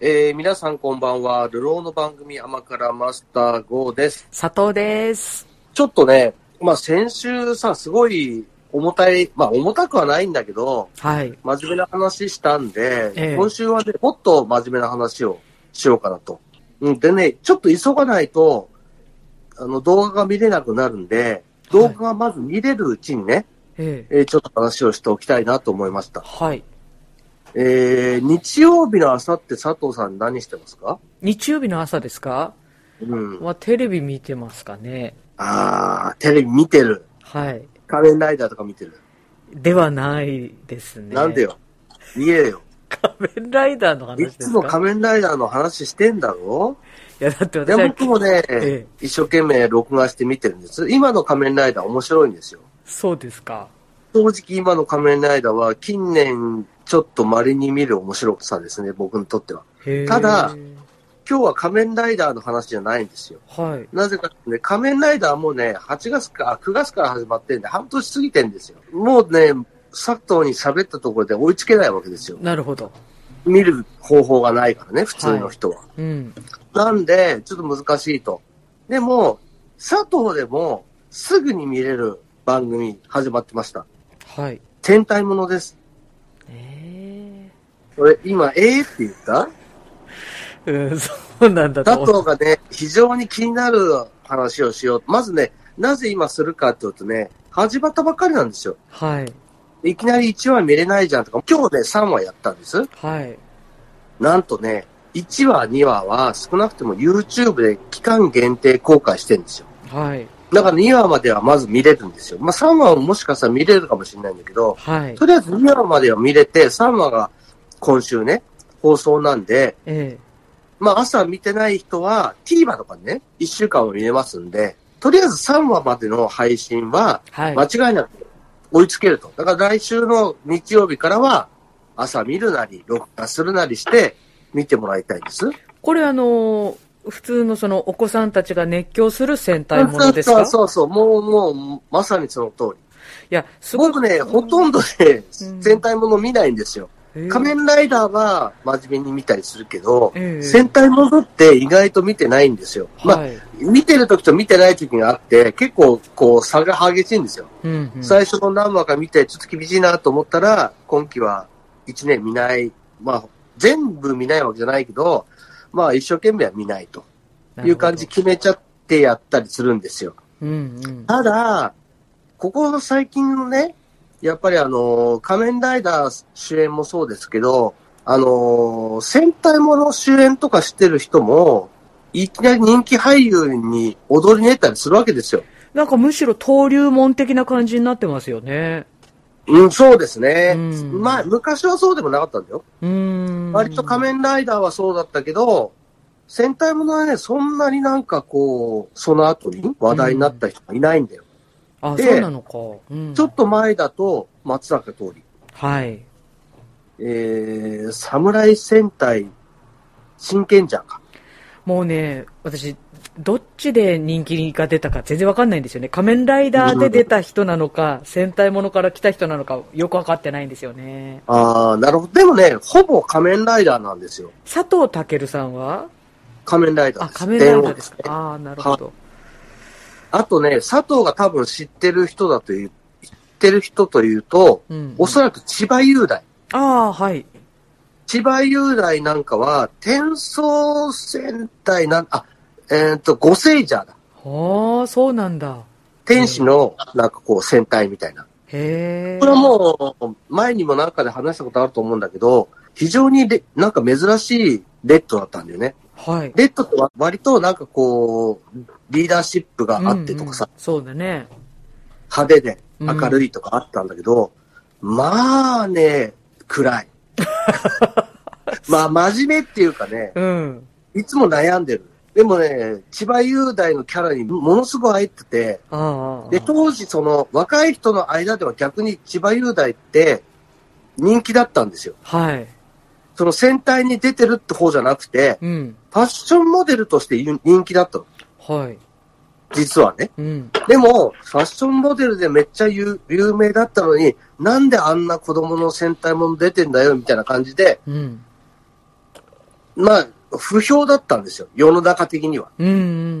えー、皆さんこんばんは。流浪の番組甘辛マスター GO です。佐藤です。ちょっとね、まあ、先週さ、すごい重たい、まあ、重たくはないんだけど、はい。真面目な話したんで、ええ今週はね、もっと真面目な話をしようかなと。うん、でね、ちょっと急がないと、あの、動画が見れなくなるんで、動画がまず見れるうちにね、ええ。えーちょっと話をしておきたいなと思いました。はい。えー、日曜日の朝って佐藤さん何してますか日曜日の朝ですかうん。はテレビ見てますかねあー、テレビ見てる。はい。仮面ライダーとか見てる。ではないですね。なんでよ。見えよ。仮面ライダーの話いですかつも仮面ライダーの話してんだろいや、だって私で、は僕もね、え一生懸命録画して見てるんです。今の仮面ライダー面白いんですよ。そうですか。正直今の仮面ライダーは近年ちょっと稀に見る面白さですね、僕にとっては。へえただ、今日は仮面ライダーの話じゃないんですよ。はい。なぜかってね、仮面ライダーもね、8月か、あ9月から始まってんで、半年過ぎてんですよ。もうね、佐藤に喋ったところで追いつけないわけですよ。なるほど。見る方法がないからね、普通の人は。うん。なんで、ちょっと難しいと。でも、佐藤でも、すぐに見れる番組始まってました。はい。天体ものです。え俺、今、えーって言ったえ。うん、そうなんだと佐思う。藤がね、非常に気になる話をしよう。まずね、なぜ今するかって言うとね、始まったばっかりなんですよ。はい。いきなり1話見れないじゃんとか、今日ね、3話やったんです。はい。なんとね、1話、2話は少なくとも YouTube で期間限定公開してるんですよ。はい。だから2話まではまず見れるんですよ。まあ3話ももしかしたら見れるかもしれないんだけど、はい。とりあえず2話までは見れて、3話が今週ね、放送なんで、えまあ朝見てない人は TVer とかね、1週間は見れますんで、とりあえず3話までの配信はえ。はい。間違いなく追いつけると。だから来週の日曜日からは、朝見るなり、録画するなりして、見てもらいたいです。これあのー普通のそのお子さんたちが熱狂する戦隊ものですそうかそうそう、もう、もう、まさにその通り。いや、すご僕くね、ほとんどね、うん戦隊もの見ないんですよ。仮面ライダーは真面目に見たりするけど、ええ戦隊ものって意外と見てないんですよ。まあ、はい。見てる時と見てない時があって、結構こう差が激しいんですよ。うんうん最初の何話か見て、ちょっと厳しいなと思ったら、今期は1年見ない、まあ、全部見ないわけじゃないけど、まあ、一生懸命は見ないという感じ。決めちゃってやったりするんですよ。なるほどうんうん。ただ、ここ最近のね、やっぱりあの、仮面ライダー主演もそうですけど、あの、戦隊もの主演とかしてる人も、いきなり人気俳優に踊り出たりするわけですよ。なんかむしろ登竜門的な感じになってますよね。うん、そうですね。うんまあ、昔はそうでもなかったんだよ。うーん。割と仮面ライダーはそうだったけど、戦隊ものはね、そんなになんかこう、その後に話題になった人はいないんだよ。あ、でそうなのか。うんちょっと前だと、松坂通り、はい。えー、侍戦隊、真剣じゃんか。もうね、私、どっちで人気が出たか全然わかんないんですよね。仮面ライダーで出た人なのか、戦隊ものから来た人なのか、よくわかってないんですよね。あー、なるほど。でもね、ほぼ仮面ライダーなんですよ。佐藤健さんは仮面ライダーあ、です。仮面ライダーです電王ねか。ああ、なるほど。あとね、佐藤が多分知ってる人だという、知ってる人というと、うん。おそらく千葉雄大。ああ、はい。千葉雄大なんかは、転送戦隊なん、あ、えっ、と、五聖者だ。はあ、そうなんだ。天使の、なんかこう、戦隊みたいな。へえ。これはもう、前にもなんかで話したことあると思うんだけど、非常にレなんか珍しいレッドだったんだよね。はい。レッドってわ割となんかこう、リーダーシップがあってとかさうん、うんそうだね。派手でう明んるいとかあったんだけど、まあね、暗 い。まあ真面目っていうかね、うん。いつも悩んでる。でもね、千葉雄大のキャラにものすごい入ってて、ああああ。で、当時その若い人の間では逆に千葉雄大って人気だったんですよ。はい。その戦隊に出てるって方じゃなくて、うん。ファッションモデルとして人気だったの。はい。実はね。うん。でも、ファッションモデルでめっちゃ有有名だったのに、なんであんな子供の戦隊もの出てんだよ、みたいな感じで、うん。まあ、不評だったんですよ。世の中的には。うんう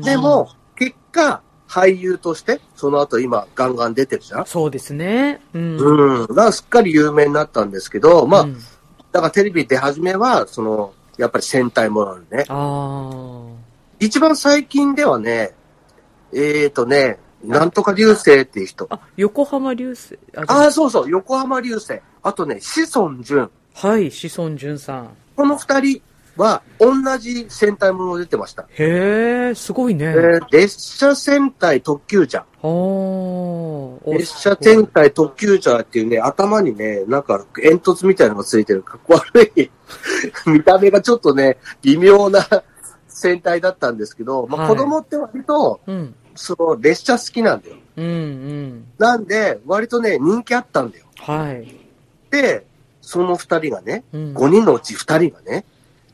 ん。でも、結果、俳優として、その後今、ガンガン出てるじゃん。そうですね。うん。うん。だからすっかり有名になったんですけど、まあ、うんだからテレビ出始めは、その、やっぱり戦隊ものね。あ一番最近ではね、えーとね、なんとか流星っていう人。あ。あ、横浜流星。あああ、そうそう、横浜流星。あとね、志尊淳。はい、志尊淳さん。この二人は、同じ戦隊もの出てました。へえ、すごいね。えー列車戦隊特急じゃん。あーお列車展開特急ジャーっていうね、頭にね、なんか煙突みたいなのがついてる、かっこ悪い、 見た目がちょっとね、微妙な戦隊だったんですけど、まあ、は子い供って割と、うん。その列車好きなんだよ。うんうん。なんで、割とね、人気あったんだよ。はい。で、その二人がね、うん、 5人のうち二人がね、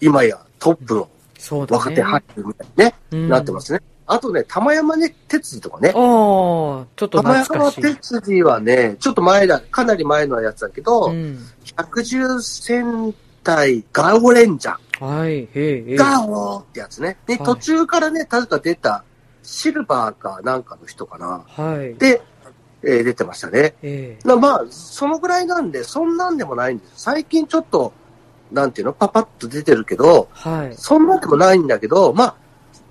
今やトップのそうだね。若手俳優みたいにね、うんなってま。すね。あとね、玉山ね、哲司とかねああ、ち、ょっと玉懐か山しい。哲司はね、ちょっと前だ、かなり前のやつだけど、うん。 110戦隊ガオレンジャー、はい、へえ、へえ。ガオーってやつね。で、はい途中からね、確か出たシルバーかなんかの人かな。はい。で、えー出てましたね。ええなまあ、そのぐらいなんで、そんなんでもないんですよ。最近ちょっと、なんていうの、パパッと出てるけど、はい。そんなんでもないんだけど、まあ、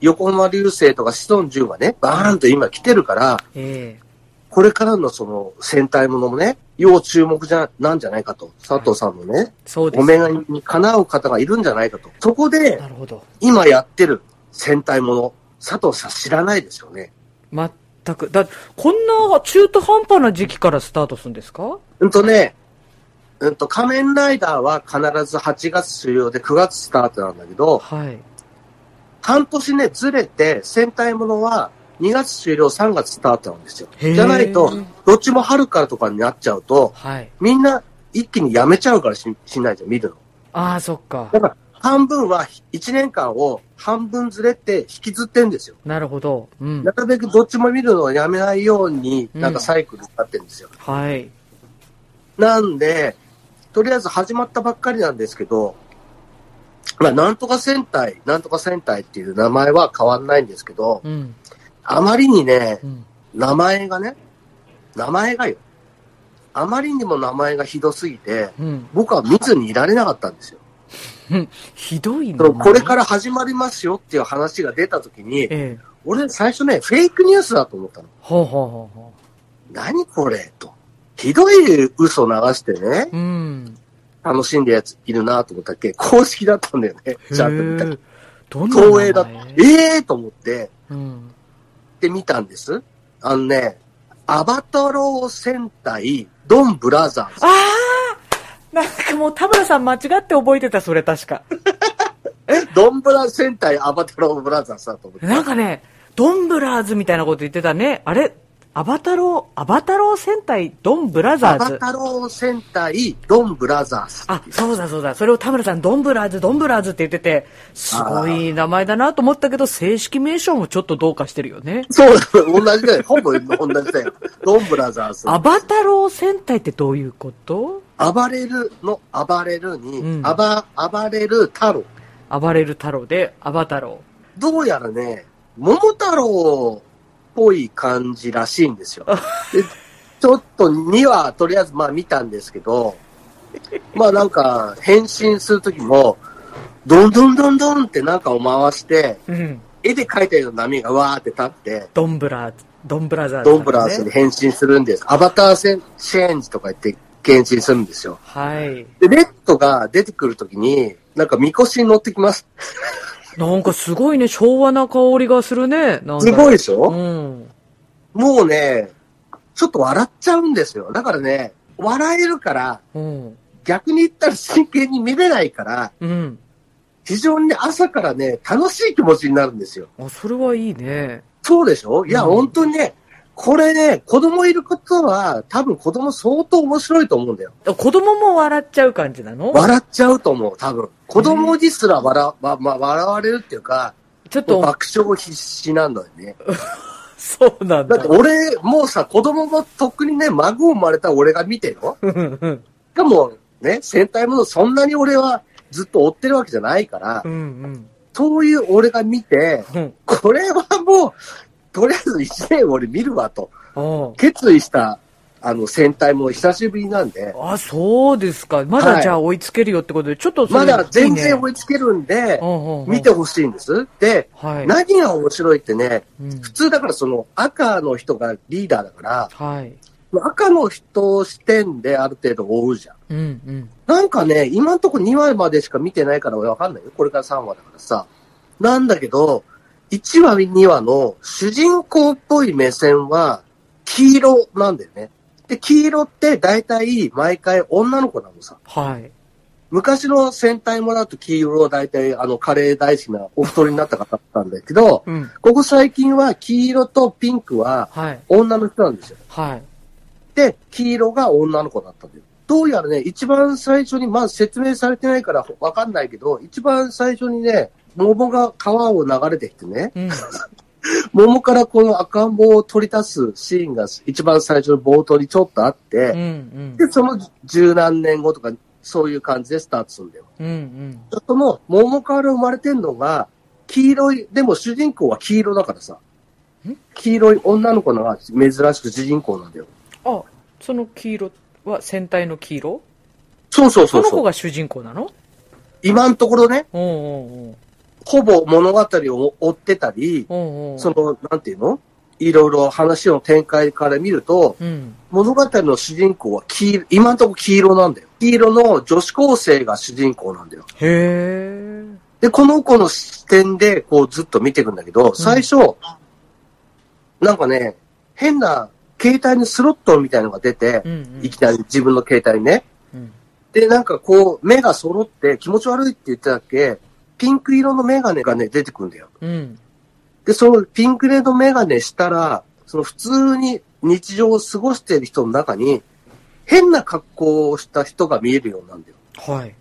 横浜流星とか子孫淳はね、バーンと今来てるから、ええこれからのその戦隊ものもね、要注目じゃ、なんじゃないかと、佐藤さんもね、そうです。お願いに叶う方がいるんじゃないかと。そこでな、るほど。今やってる戦隊もの、佐藤さん知らないですよね。全く。だ、こんな中途半端な時期からスタートするんですかうんとね、うんと、仮面ライダーは必ず8月終了で9月スタートなんだけど、はい。半年ね、ずれて戦隊ものは2月終了3月スタートなんですよ。へーじゃないと、どっちも春からとかになっちゃうと、はい。みんな一気にやめちゃうからししないじゃん、見るの。ああ、そっかだ。から、半分は1年間を半分ずれて引きずってんですよ。なるほど。うんな。るべくどっちも見るのをやめないように、うんなんかサイクルになってるんですよ。はい。なんで、とりあえず始まったばっかりなんですけど、まあ、なんとか戦隊、なんとか戦隊っていう名前は変わんないんですけど、うん。あまりにねう、ん。名前がね、名前がよ、あまりにも名前がひどすぎて、うん。僕は見ずにいられなかったんですよ。ひどいそのな。これから始まりますよっていう話が出た時に、ええ俺最初ね、フェイクニュースだと思ったの。ほうほうほうほ何これと。ひどい嘘流してね、う。うん。楽しんでやついるなと思ったっけ公式だったんだよね。ちゃんと見たらへえどんな名前東映だった。ええー、と思って、うん。で見たんです。あのね、アバタロー戦隊ドンブラザーズ。ああなんかもう田村さん間違って覚えてた、それ確か。ドンブラ戦隊アバタローブラザーズだと思って。なんかね、ドンブラーズみたいなこと言ってたね。あれアバタロー、アバタロー戦隊ドンブラザアーバズ。タロー戦隊ドンブラザーズ。あ、そうだそうだ。それを田村さん、ドンブラーズ、ドンブラーズって言ってて、すごい名前だなと思ったけど、正式名称もちょっとどうかしてるよね。そう、同じだよ。ほぼ同じだよ。ドンブラザーズ。アバタロー戦隊ってどういうこと暴れるの暴れるに、うんあば暴れる太郎。暴れる太郎で、アバタロどうやらね、桃太郎っぽい感じらしいんですよ。でちょっと2はとりあえずまあ見たんですけど、まあなんか変身するときも、どんどんどんどんってなんかを回して、ー。うん。絵で描いたような波がわーって立って、ドンブラーズ、ドンブラザーズ、ドンブラーズに。変身するんです。アバターセンチェンジとか言って変身するんですよ。はい。で、レッドが出てくるときに、なんかみこしに乗ってきます。なんかすごいね、昭和な香りがするね。なんだろうすごいでしょ、うん。もうね、ちょっと笑っちゃうんですよ。だからね、笑えるから、うん。逆に言ったら真剣に見れないから、うん。非常にね朝からね、楽しい気持ちになるんですよ。あ、それはいいね。そうでしょいや、うん本当にね、これね、子供いることは、多分子供相当面白いと思うんだよ。あ子供も笑っちゃう感じなの笑っちゃうと思う、多分。子供にすら笑,、わまあ笑われるっていうか、ちょっもと、う爆笑必死なんだよね。そうなんだだ。って俺、もうさ、子供もとっくにね、孫生まれた俺が見てよ。うんうんしかも、ね、戦隊もの、そんなに俺はずっと追ってるわけじゃないからう、んそういう俺が見て、うん。これはもう、とりあえず一年俺見るわと、あ決意した、あの、戦隊も久しぶりなんで、あ。あ、そうですか。まはだいじゃあ追いつけるよってことで、ちょっとそれまだ全然い追いつけるんでいね、うんうんうん見てほしいんです。で、はい。何が面白いってね、うん普通だからその赤の人がリーダーだから、はい。赤の人視点である程度追うじゃん。うんうん。なんかね、今んとこ2話までしか見てないから俺わかんないよ。これから3話だからさ。なんだけど、1話2話の主人公っぽい目線は黄色なんだよね。で、黄色って大体毎回女の子なのさ。はい。昔の戦隊もだと黄色は大体あのカレー大好きなお太りになった方だったんだけど、うん。ここ最近は黄色とピンクははい。女の人なんですよ。はい。で、黄色が女の子だったんだよ。どうやらね、一番最初に、まあ説明されてないからわかんないけど、一番最初にね、桃が川を流れてきてね、 うん。桃からこの赤ん坊を取り出すシーンが一番最初の冒頭にちょっとあっうんうて、ん。で、その十何年後とか、そういう感じでスタートするんだよ。うんうん。その桃から生まれてんのが、黄色い、でも主人公は黄色だからさん、黄色い女の子のが珍しく主人公なんだよ。あ、その黄色は戦隊の黄色そうそうそそうのそ子う。が主人公なの今のところね、おうんうんほぼ物語を追ってたり、うん。うんうん。その、なんていうのいろいろ話の展開から見ると、うん。物語の主人公は黄色、今んとこ黄色なんだよ。黄色の女子高生が主人公なんだよ。へえ。で、この子の視点で、こうずっと見ていくんだけど、最初、なんかね、変な携帯にスロットみたいのが出てう、んうんいきなり自分の携帯にね。うん。で、なんかこう、目が揃って気持ち悪いって言ってたっけ、ピンク色のメガネがね、出てくるんだよ。うん。で、そのピンクレードメガネしたら、その普通に日常を過ごしている人の中に、変な格好をした人が見えるようになるんだよ。はい。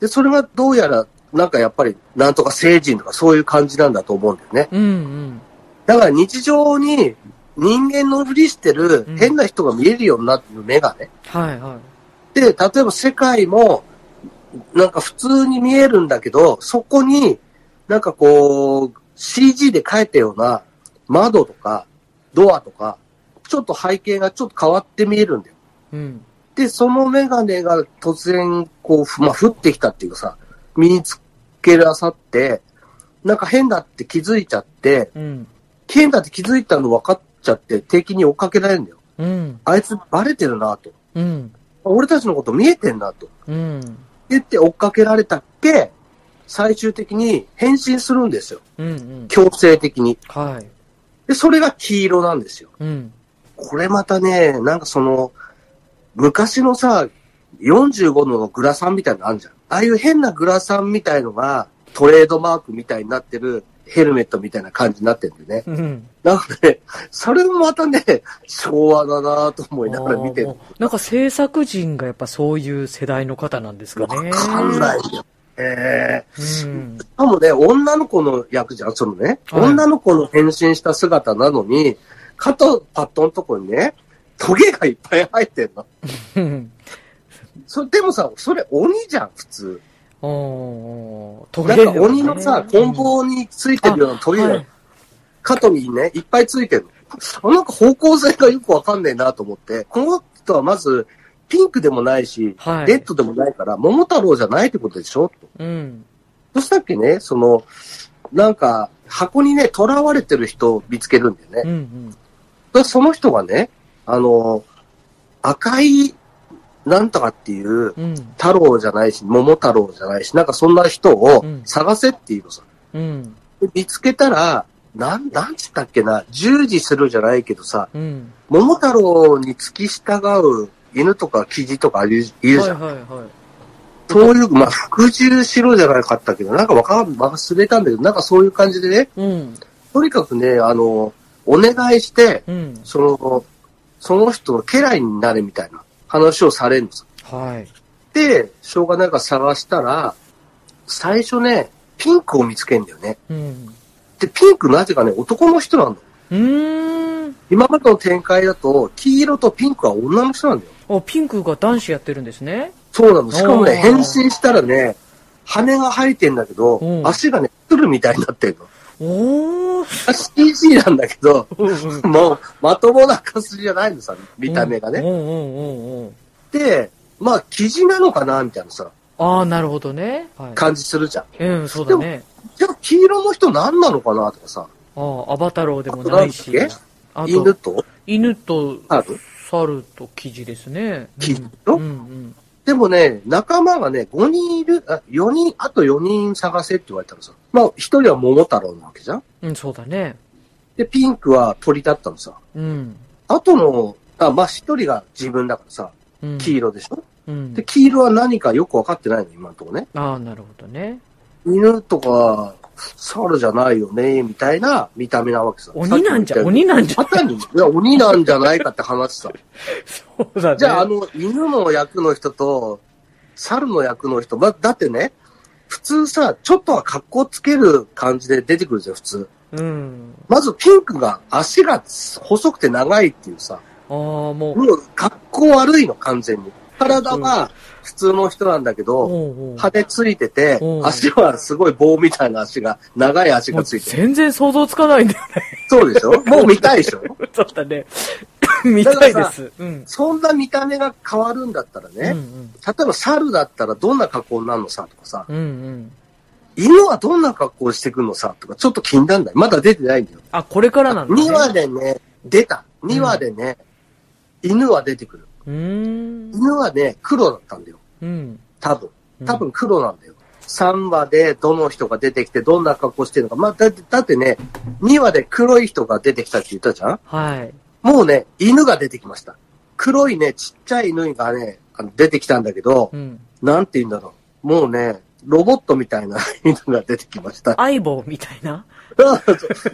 で、それがどうやら、なんかやっぱり、なんとか成人とかそういう感じなんだと思うんだよね。うんうん。だから日常に人間のふりしてる変な人が見えるようになってる目がね。はいはで、例えば世界も、なんか普通に見えるんだけど、そこに、なんかこう、CG で描いたような窓とか、ドアとか、ちょっと背景がちょっと変わって見えるんだよ。い。うん。で、そのメガネが突然、こう、ふまあ、降ってきたっていうかさ、身につけなさって、なんか変だって気づいちゃって、うん。変だって気づいたの分かっちゃって、敵に追っかけられるんだよ。うん。あいつバレてるなと。うん。俺たちのこと見えてんなと。うん。でって追っかけられたっけ、最終的に変身するんですよ。うんうん。強制的に。はい。で、それが黄色なんですよ。うん。これまたね、なんかその、昔のさ、45度のグラサンみたいなのあるじゃん。ああいう変なグラサンみたいのが、トレードマークみたいになってる、ヘルメットみたいな感じになってるんでね。うん。なので、それもまたね、昭和だなぁと思いながら見あてーる。もうなんか制作人がやっぱそういう世代の方なんですかわね。かんないよ。えーうん。しかもね、女の子の役じゃん、そのね、はい女の子の変身した姿なのに、肩パッドのとこにね、トゲがいっぱい入ってんの。うん。それでもさ、それ鬼じゃん、普通。おー、トなんか鬼のさ、棍棒についてるようなトゲはがい、肩にね、いっぱいついてるの。あなんか方向性がよくわかんねえなと思って、この人はまず、ピンクでもないし、はいレッドでもないから、桃太郎じゃないってことでしょとうん。そしたっけね、その、なんか、箱にね、囚われてる人を見つけるんだようんね。うん。で、その人がね、あの、赤いなんとかっていう、うん。太郎じゃないし、桃太郎じゃないし、なんかそんな人をうん探せっていうのさ。うん。で見つけたら、なん、なんつったっけな、従事するじゃないけどさ、うん。桃太郎に付き従う犬とかキジとかいるいるじゃん。はいはいはい。そういう、まあ、服従しろじゃなかったけど、なんかわかん、忘れたんだけど、なんかそういう感じでね、うん。とにかくね、あの、お願いして、うん。その、その人の家来になれみたいな話をされるんです。はい。で、しょうがないから探したら、最初ね、ピンクを見つけるんだよね。うん。で、ピンクなぜかね、男の人なんだよ。うーん。今までの展開だと、黄色とピンクは女の人なんだよ。あ、ピンクが男子やってるんですね。そうなの。しかもね、おー変身したらね、羽が生えてんだけど、うん足がね、鶴みたいになってるの。おー CG なんだけど、うんうんもう、まともな感じじゃないのさ、 見た目がうね。んうんうんうん。で、まあ、生地なのかなみたいなさ、ああ、なるほどね。はい。感じするじゃん。うん、そうだね。じゃあ、黄色の人何なのかなとかさ、ああ、アバタローでもないしあとなんだっ。あと、犬と犬とある猿とキジですね。キジうとんうんでもね、仲間がね、5人いる、あ4人、あと4人探せって言われたのさ。まあ、1人は桃太郎なわけじゃんうん。うん、そうだね。で、ピンクは鳥だったのさ。うん。あとの、あ、まあ、1人が自分だからさ、うん黄色でしょ、うんで、。黄色は何かよくわかってないの、今のとこね。ああ、なるほどね。犬とか、猿じゃないよね、みたいな見た目なわけさ。鬼なんじゃ、鬼鬼なんじゃま。さに、いや、鬼なんじゃないかって 話さ。そうだね。じゃあ、あの、犬の役の人と、猿の役の人、ま、だってね、普通さ、ちょっとは格好つける感じで出てくるじゃん、普通。うん。まずピンクが足が細くて長いっていうさ、ああ、もう、もう格好悪いの、完全に。体は普通の人なんだけおど、うおう羽ついててう、ん足はすごい棒みたいな足が、長い足もがうついてる。全然想像つかないんだ よ。そうでし ょもう見たいでしょそうだね。見たいです。うん。そんな見た目が変わるんだったらうんうね、ん。例えば猿だったらどんな格好になるのさ、とかさ、うんうん。犬はどんな格好をしてくるのさとか、ちょっと気になるんだよ。まだ出てないんだよ。あ、これからなんだ、ね。 2話でね、出た。2話でね、犬は出てくる。うーん。犬はね、黒だったんだよ。うん。多分。多分黒なんだよ。3話でどの人が出てきて、どんな格好してるのか。まあ、だって、だってね、2話で黒い人が出てきたって言ったじゃんはい。もうね、犬が出てきました。黒いね、ちっちゃい犬がね、あの出てきたんだけど、うん。なんて言うんだろう。もうね、ロボットみたいな 犬が出てきました。相棒みたいな。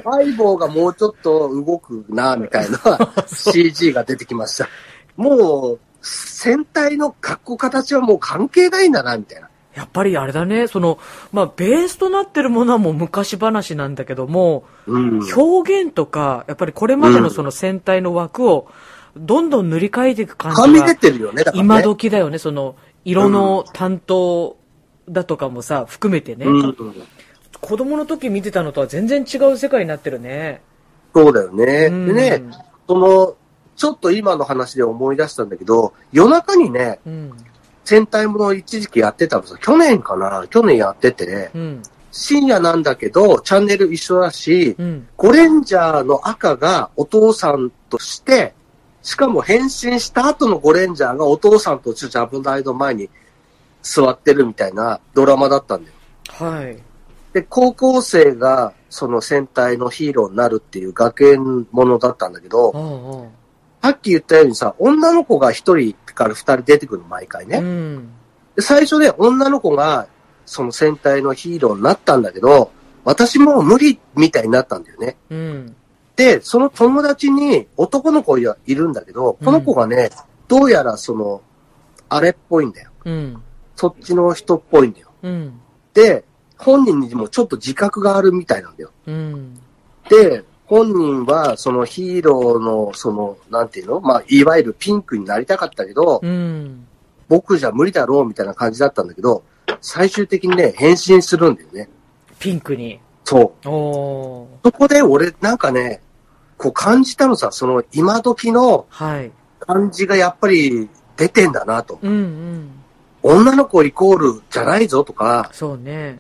相棒がもうちょっと動くな、みたいな CG が出てきました。もう、戦隊の格好形はもう関係ないんだな、みたいな。やっぱりあれだね、その、まあ、ベースとなってるものはもう昔話なんだけども、うん。表現とか、やっぱりこれまでうのんその戦隊の枠を、どんどん塗り替えていく感はじみが出、てるよね、だから、ね。今時だよね、その、色の担当だとかもさ、含めてね、うん。子供の時見てたのとは全然違う世界になってるね。そうだよね。うんでね、その、ちょっと今の話で思い出したんだけど、夜中にね、うん。戦隊もの一時期やってたのさ、去年かな去年やってて、うん。深夜なんだけど、チャンネル一緒だし、うん。ゴレンジャーの赤がお父さんとして、しかも変身した後のゴレンジャーがお父さんとジャブライの前に座ってるみたいなドラマだったんだよ。はい。で、高校生がその戦隊のヒーローになるっていう学園ものだったんだけあど、あさっき言ったようにさ、女の子が一人から二人出てくるの毎回ああ。うね。ん。で最初ね、女の子がその戦隊のヒーローになったんだけど、私もう無理みたいになったんだよね。うん。で、その友達に男の子がいるんだけど、この子がね、どうやらその、あれっぽいんだよ。うん。そっちの人っぽいんだよ。うん。で、本人にもちょっと自覚があるみたいなんだよ。うん。で、本人はそのヒーローの、その、なんていうのまあ、いわゆるピンクになりたかったけど、うん。僕じゃ無理だろうみたいな感じだったんだけど、最終的にね、変身するんだよね。ピンクに。そう。おおそこで俺、なんかね、こう感じたのさ、その今時の、ー。はい。感じがやっぱり出てんだなと。うんうん。女の子イコールじゃないぞとか、そうね。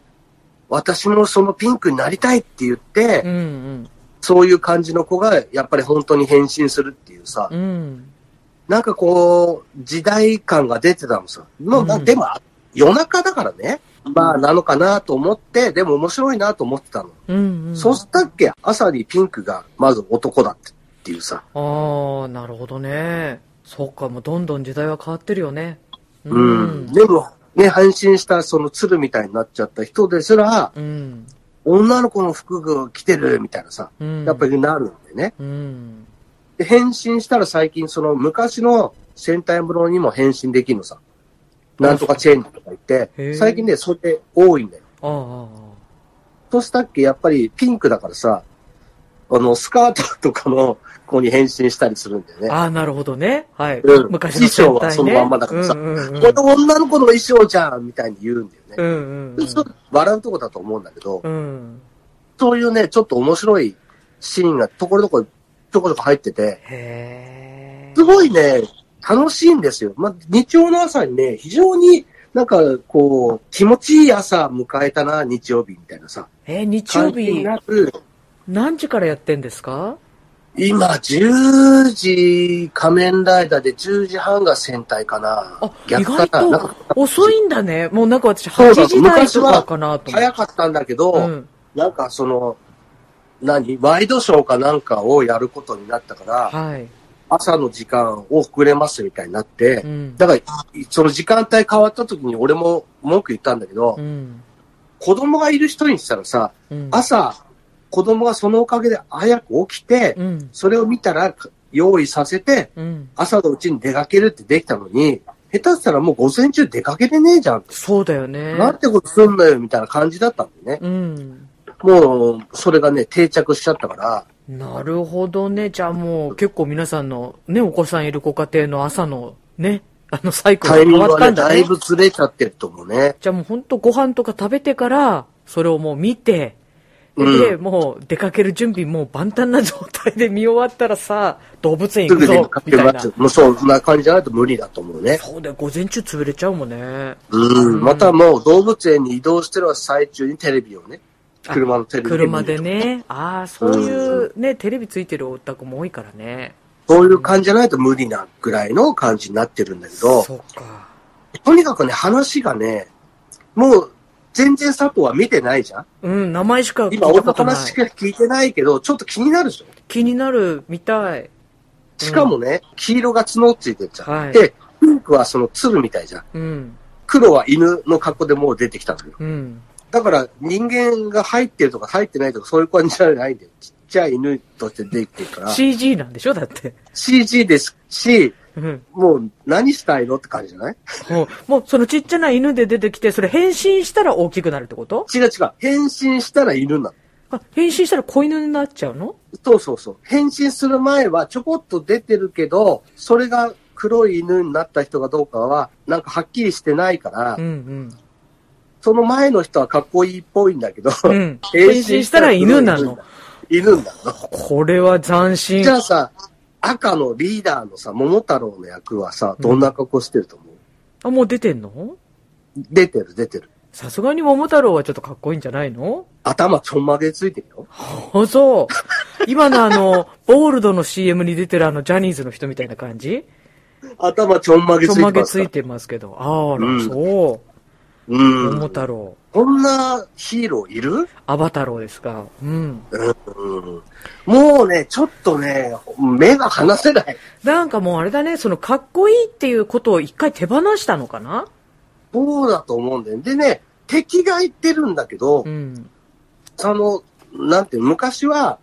私もそのピンクになりたいって言って、うんうん。そういう感じの子がやっぱり本当に変身するっていうさ、うん。なんかこう、時代感が出てたのさ。まあまあうんでも、夜中だからね、まあなのかなと思って、でも面白いなと思ってたの。うん、うん。そしたっけ、朝にピンクがまず男だってっていうさ。ああ、なるほどね。そっか、もうどんどん時代は変わってるよね。ううん。ん。でも、ね、変身したその鶴みたいになっちゃった人ですら、うん。女の子の服が着てるみたいなさ、うん。やっぱ。りなるんでね。うん。で、変身したら最近その昔の戦隊ものにも変身できるのさ。なんとかチェンジとか言っへーて、最近ね、それ多いんだよ。ああああ。そうしたっけ、やっぱりピンクだからさ、あの、スカートとかの子に変身したりするんだよね。ああ、なるほどね。はい。うん昔の戦隊、ね、衣装はそのまんまだからさうんうんうんこれ女の子の衣装じゃんみたいに言うんだよね。うんうんちょっと笑うとこだと思うんだけど、うん。うん。そういうね、ちょっと面白いシーンがところどころ、ところどころ入ってて、へえ。すごいね、楽しいんですよ。まあ、日曜の朝にね、非常になんかこう、気持ちいい朝迎えたな、日曜日みたいなさ。え、日曜日、なく、何時からやってんですか今、10時、仮面ライダーで10時半が戦隊かな。あ、意逆か外ななとんか遅いんだね。もうなんか私そう8だ時台昔とはかかなと思早かったんだけど、う。うん。なんかその、何ワイドショーかなんかをやることになったから、はい。朝の時間遅れますみたいになって、うん。だから、その時間帯変わった時に俺も文句言ったんだけど、うん。子供がいる人にしたらさ、うん。朝、子供がそのおかげで早く起きて、うん。それを見たら用意させて、うん。朝のうちに出かけるってできたのに、下手したらもう午前中出かけてねえじゃん。そうだよね。なんてことすんのよ、みたいな感じだったんだよね。うん。もう、それがね、定着しちゃったから、なるほどね。じゃあもう結構皆さんのね、お子さんいるご家庭の朝のね、あのサイクルタがイミ変ングわったはね、んだだね。いぶずれちゃってると思うね。じゃあもう本当ご飯とか食べてから、それをもう見て、うで、もう出かける準備もう万端な状態で見終わったらさ、動物園す行ぐくにぞか、けみたいまな。す。もうそんな感じじゃないと無理だと思うね。そうだよ、午前中潰れちゃうもんね。うん、またもう動物園に移動してる最中にテレビをね、あ車のテレビを見る車で。ね。ああ、そういうね、テレビついてるお宅も多いからね。そういう感じじゃないと無理なぐらいの感じになってるんだけど、そっか。とにかくね、話がね、もう全然佐藤は見てないじゃんうん、名前しか聞い今た俺このとない。話しか聞いてないけど、ちょっと気になるでしょ気になるみたい。しかもね、黄色が角ついてるじゃん。はいで、ピンクはその鶴みたいじゃん。うん、黒は犬の格好でもう出てきたんだけど。うん。だから人間が入ってるとか入ってないとかそういう感じじゃないんだよ。ちっちゃい犬として出てきてるから。 CG なんでしょだって。 CG ですし、うん。もう何したいのって感じじゃないもう、もうそのちっちゃな犬で出てきて、それ変身したら大きくなるってこと違う違う。変身したら犬なの。あ、変身したら子犬になっちゃうのそうそうそう。変身する前はちょこっと出てるけど、それが黒い犬になった人かどうかは、なんかはっきりしてないから、うんうん。その前の人はかっこいいっぽいんだけど、うん。変身したら犬なの。。犬なの。これは斬新じ。ゃあさ、赤のリーダーのさ、桃太郎の役はさ、どんな格好してると思う、あ、もう出てんの出てる出てる。さすがに桃太郎はちょっとかっこいいんじゃないの頭ちょんまげついてるよ。あ、そう。今のあ の、ボールドの CM に出てるあの、ジャニーズの人みたいな感じ頭ちょんまげちついょてまげますつかいら。てますけど。ああら、うんそうう。ん桃。太郎。こんなヒーローいる、アバ太郎ですか。うん。うん、もうね、ちょっとね、目が離せない。なんかもうあれだね、そのかっこいいっていうことを一回手放したのかなそうだと思うんだよ。でね、敵が言ってるんだけど、うん。その、なんていうの、昔は、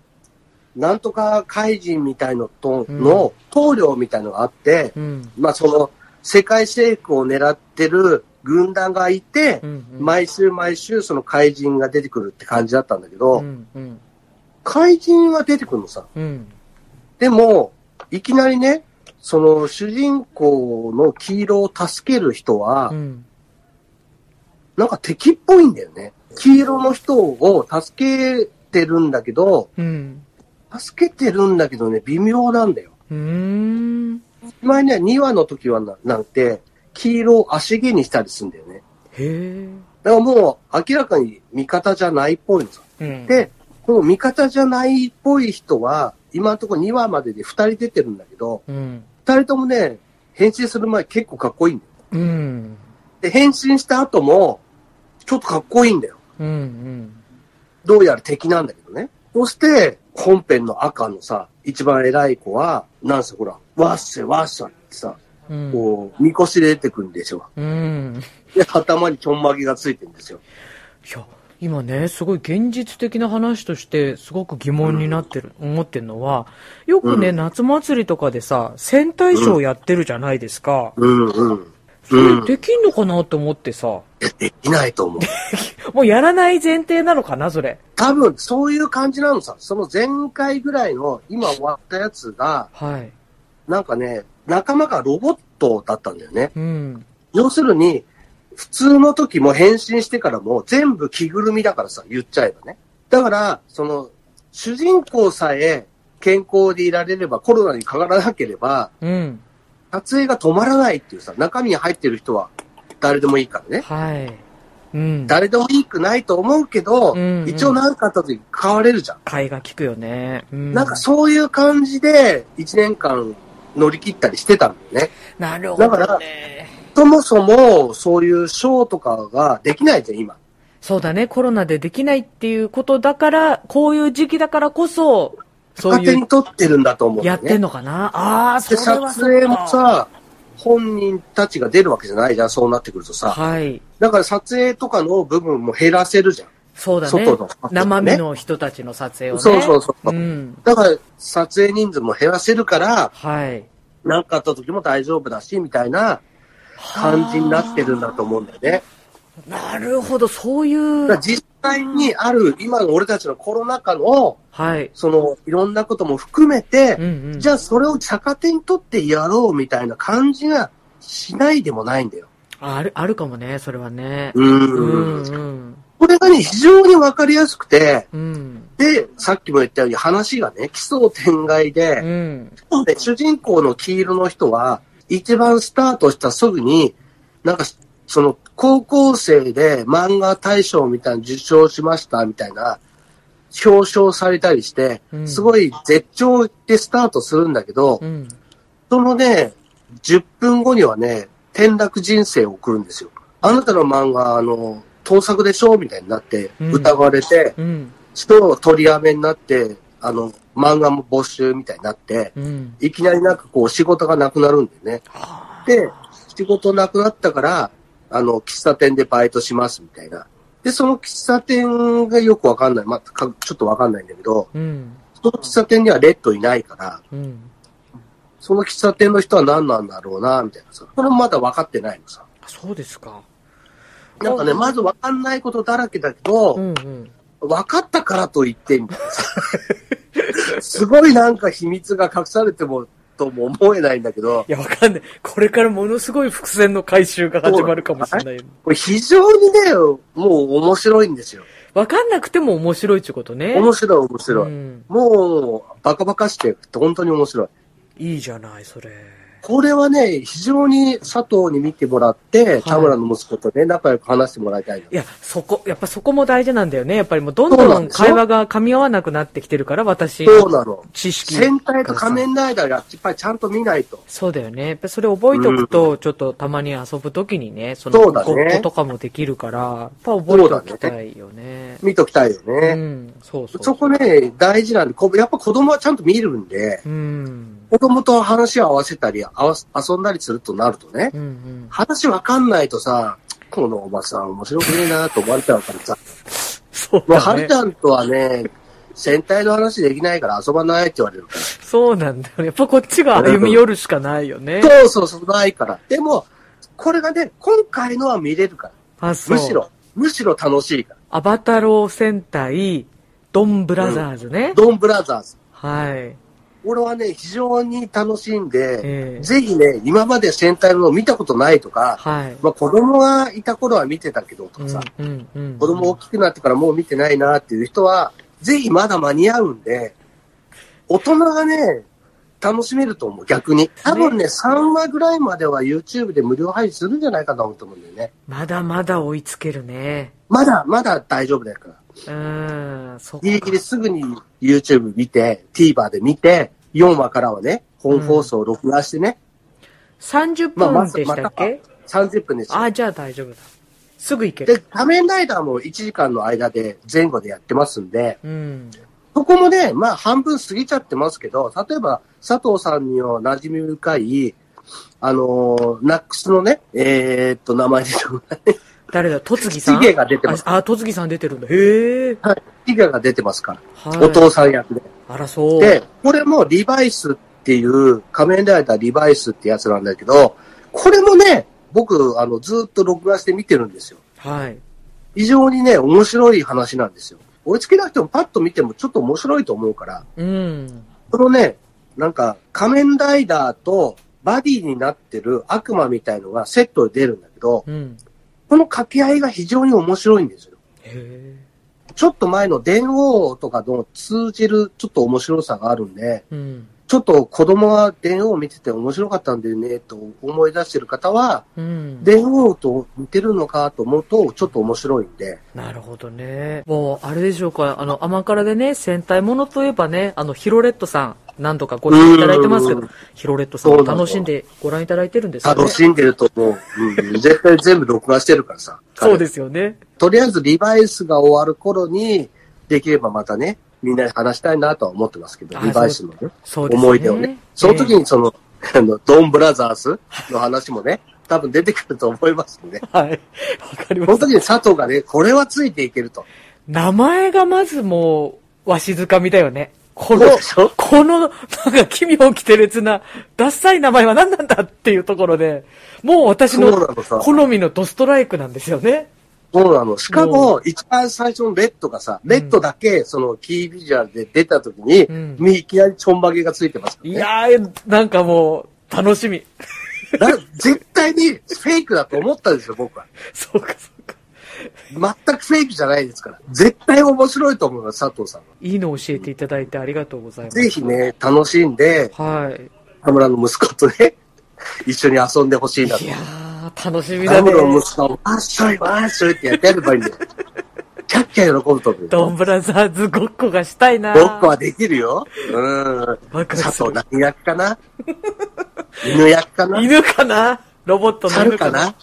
なんとか怪人みたいのと、うんの棟梁みたいのがあって、うん。まあその、世界征服を狙ってる軍団がいてう、ん。うん毎週毎週その怪人が出てくるって感じだったんだけど、うん。うん。怪人は出てくるのさ。うん。でも、いきなりね、その主人公の黄色を助ける人は、うん。なんか敵っぽいんだよね。黄色の人を助けてるんだけど、うん。助けてるんだけどね、微妙なんだよ。うーん。前ね、2話の時はななんて、黄色を足毛にしたりするんだよね。へえ。だからもう明らかに味方じゃないっぽいのさ。うん、で、この味方じゃないっぽい人は、今のところ2話までで2人出てるんだけど、うん。 2人ともね、変身する前結構かっこいいんだようん。で、変身した後も、ちょっとかっこいいんだよ。うん。うん。どうやら敵なんだけどね。そして、本編の赤のさ、一番偉い子は、なんせほら、わっせわっさってさ、うん。こう、みこしで出てくるんでしょ。うん。いで、頭にちょんまげがついてるんですよ。や、今ね、すごい現実的な話として、すごく疑問になってる、思ってるのは、よくね、うん夏祭りとかでさ、戦隊ショーやってるじゃないですか。うんうん。それできんのかなと思ってさ、できないと思う。もうやらない前提なのかな、それ。多分、そういう感じなのさ。その前回ぐらいの、今終わったやつが、はい。なんかね、仲間がロボットだったんだよね。うん。要するに、普通の時も変身してからも全部着ぐるみだからさ、言っちゃえばね。だから、その、主人公さえ健康でいられれば、コロナにかからなければ、うん。撮影が止まらないっていうさ、中身に入ってる人は誰でもいいからね。はい。うん。誰でもいいくないと思うけど、うんうん一応何かあった時に変われるじゃん。買いが効くよね。うん。なんかそういう感じで、1年間乗り切ったりしてたんだよね。なるほだかどらね。そもそも、そういうショーとかができないじゃん、今。そうだね、コロナでできないっていうことだから、こういう時期だからこそ、そう勝手いうに、撮ってるんだと思うんだやよっね。てんのかなああ、そで、れ撮はそう影もかさ、本人たちが出るわけじゃないじゃん、そうなってくるとさ。はい。だから撮影とかの部分も減らせるじゃん。そうだね外の撮影ね生身の人たちの撮影をね。そうそうそううん。だから、撮影人数も減らせるから、はい。何かあった時も大丈夫だし、みたいな感じになってるんだと思うんだよね。なるほど、そういだからう。実際にある、今の俺たちのコロナ禍の、はい。その、いろんなことも含めうて、んうん。じゃあそれを逆手にとってやろうみたいな感じがしないでもないんだよ。あ、ある、あるかもね、それはね。ううんん。うん。これがね、非常にわかりやすくて、うん。で、さっきも言ったように話がね、奇想天外うで、ん。で主人公の黄色の人は、一番スタートしたすぐに、なんか、その、高校生で漫画大賞みたいな受賞しましたみたいな、表彰されたりしてう、んすごい絶頂でスタートするんだけどう、ん。そのね、10分後にはね、転落人生を送るんですよ。あなたの漫画、あの、盗作でしょみたいになって、うん疑われて、うん。人を取りやめになって、あの、漫画も募集みたいになって、うん。いきなりなんかこう仕事がなくなるんでね。はあで、仕事なくなったから、あの、喫茶店でバイトしますみたいな。で、その喫茶店がよくわかんない。まあ、かちょっとわかんないんだけど、うん。その喫茶店にはレッドいないから、うん。その喫茶店の人は何なんだろうな、みたいなさ。これもまだ分かってないのさ。あそうですか。なんかね、まず分かんないことだらけだけど、うんうん。分かったからといって、みたいなさ。すごいなんか秘密が隠されても、とも思えないんだけど、いや、わかんない。これからものすごい伏線の回収が始まるかもしれないよね。これ非常にね、もう面白いんですよ。わかんなくても面白いってことね。面白い面白うい。んもう、バカバカして、本当に面白い。いいじゃない、それ。これはね、非常に佐藤に見てもらって、田村の息子とね、仲良く話してもらいたいな。いや、そこ、やっぱそこも大事なんだよね。やっぱりもうどんどん会話が噛み合わなくなってきてるから、私。そうなの。知識。戦隊と仮面ライダーがやっぱりちゃんと見ないと。そうだよね。やっぱそれ覚えておくと、ちょっとたまに遊ぶときにね、そのそうだねごっことかもできるから、やっぱ覚えておきたいよね。見ときたいようね。ん、そうそう。そこね、大事なんで、こやっぱ子供はちゃんと見るんで、うん。子供と話を合わせたり、合わ遊んだりするとなるとねう、んうん。話わかんないとさ、このおばさん面白くねえなと思われちゃうから さ、そうもうはだねるち。ゃんとはね、戦隊の話できないから遊ばないって言われるかそうなんだよね。やっぱこっちが歩み寄るしかないよね。ら。そうそうそう、ないから。でも、これがね、今回のは見れるから。あ、そう。むし。ろ、むしろ楽しいから。アバタロー戦隊、ドンブラザーズね。ドンブラザーズ。はい。俺はね、非常に楽しんで、ええぜひね、今まで戦隊ものを見たことないとか、はい。まあ子供がいた頃は見てたけどとうかんさ、うんうん。子供大きくなってからもう見てないなっていう人は、ぜひまだ間に合うんで、大人がね、楽しめると思う、逆に。多分ね、3話ぐらいまでは YouTube で無料配信するんじゃないかと思うと思うんだよね。まだまだ追いつけるね。まだ、まだ大丈夫だから。うん、そっかギリギリすぐに YouTube 見て、TVer で見て、4話からはね、本放送を録画してね、 30まあま分ずでしたっけ、 30分ですよ。あ、じゃあ大丈夫だ。すぐ行ける。で、仮面ライダーも1時間の間で前後でやってますんで、うん。そこもね、まあ半分過ぎちゃってますけど、例えば佐藤さんには馴染み深い、あのーナックスのね、えー、っと、名前でしょうがない。誰だ、とつぎさんシゲが出てますあ、あとつぎさん出てるんだ。へえ。はい。ティガが出てますから、はい。お父さん役で。あら、そう。で、これもリバイスっていう、仮面ライダーリバイスってやつなんだけど、これもね、僕、あの、ずっと録画して見てるんですよ。はい。非常にね、面白い話なんですよ。追いつけなくてもパッと見てもちょっと面白いと思うから、うん。このね、なんか仮面ライダーとバディになってる悪魔みたいのがセットで出るんだけど、うん。この掛け合いが非常に面白いんですよ。へえ。ちょっと前の電王とかの通じるちょっと面白さがあるんで、うん。ちょっと子供が電王を見てて面白かったんだよねと思い出してる方は、うん。電王と似てるのかと思うとちょっと面白いんで、なるほどね。もう、あれでしょうか。あの、甘辛でね、戦隊ものといえばね、あの、ヒロレットさん、何度かご覧いただいてますけうどん、ヒロレットさんも楽しんでご覧いただいてるんですよね楽。しんでると思う。うん、絶対全部録画してるからさ。そうですよね。とりあえずリバイスが終わる頃に、できればまたね、みんなで話したいなとは思ってますけど、あリバイスのね、そうですね。思い出をね。その時えにその、あの、ドンブラザーズの話もね、多分出てくると思いますんで、えはい。わかりそまのす時。に佐藤がね、これはついていけると。名前がまずもう、わしづかみだよね。このそうで、しょこの、なんか奇妙奇て烈な、ダッサい名前は何なんだっていうところで、もう私のそうなのさ好みのドストライクなんですよね。そうなの。しかうも、一番最初のレッドがさ、レッドだけ、その、キービジュアルで出た時に、うんいきなりちょんまげがついてます、いね。やー、なんかもう、楽しみ。な絶対にフェイクだと思ったんですよ、僕は。そうか、そうか。全くフェイクじゃないですから。絶対面白いと思います、佐藤さんは。いいの教えていただいてありがとうございます。ぜひ。ね、楽しんで、はい。田村の息子とね、 一緒に遊んでほしいなとい。やー、楽しみ田だね村。の息子は、わっしょい、わっしょいってやってやればいいんだよ。キャッキャ喜ぶと思うよ。ドンブラザーズごっこがしたいなごっこはできるよ。うん。ワクワクする佐藤何役かな犬役かな犬かなロボットの猿犬かな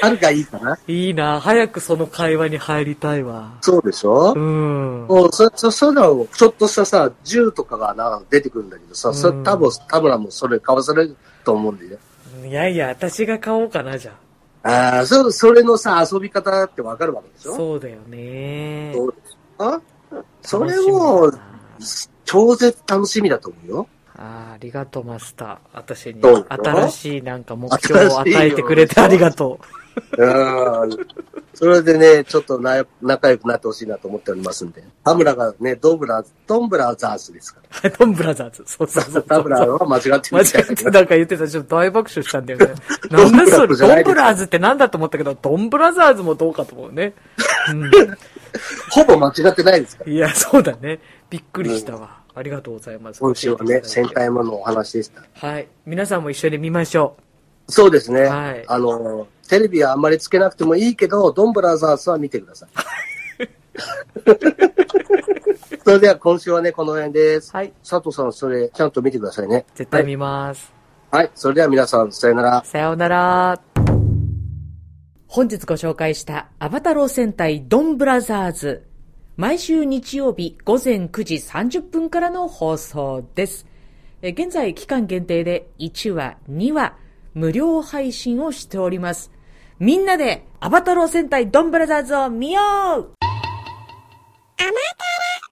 猿がいいかないいな早くその会話に入りたいわ。そうでしょうん。もうそ、そ、そういうの、ちょっとしたさ、銃とかがな、出てくるんだけどさ、それうん多分、田村もそれ買わされると思うんだよね。いやいや、私が買おうかな、じゃあ。ああ、そ、それのさ、遊び方だってわかるわけでしょそうだよね。そうですあそ楽れしみだなも、超絶楽しみだと思うよ。あーありがとう、マスター。私にどうぞ新しいなんか目標を与えてくれてあ新しいりがとうん。 それでね、ちょっとな仲良くなってほしいなと思っておりますんで。田村がね、ドンブラ、ドンブラザーズですかう。 ドンブラザーズ。そうそうそうそら。田う。村は間違 って間る違みたいだっけてどなんか言ってた。ちょっと大爆笑したんだよ ね。なんだそれ、ドンブラザーズじゃなドンいですブラーズってなんだと思ったけど、ドンブラザーズもどうかと思うね。ほぼ間違ってないですから。いや、そうだね。びっくりしたわ。ありがとうございます。今週は教ね、えてい戦ただいて隊もののお話でした。はい。皆さんも一緒に見ましょそうですね。はいあの、テレビはあんまりつけなくてもいいけど、ドンブラザーズは見てく ださい。それでは今週はね、この辺です。う。はい。佐藤さん、それ、ちゃんと見てくださいね。絶対見ます。はい。それでは皆さん、さよなら。さようなら。本日ご紹介したアバタロー戦隊ドンブラザーズ。毎週日曜日午前9時30分からの放送です。え現在期間限定で1話、2話、無料配信をしております。みんなでアバタロー戦隊ドンブラザーズを見よう甘太郎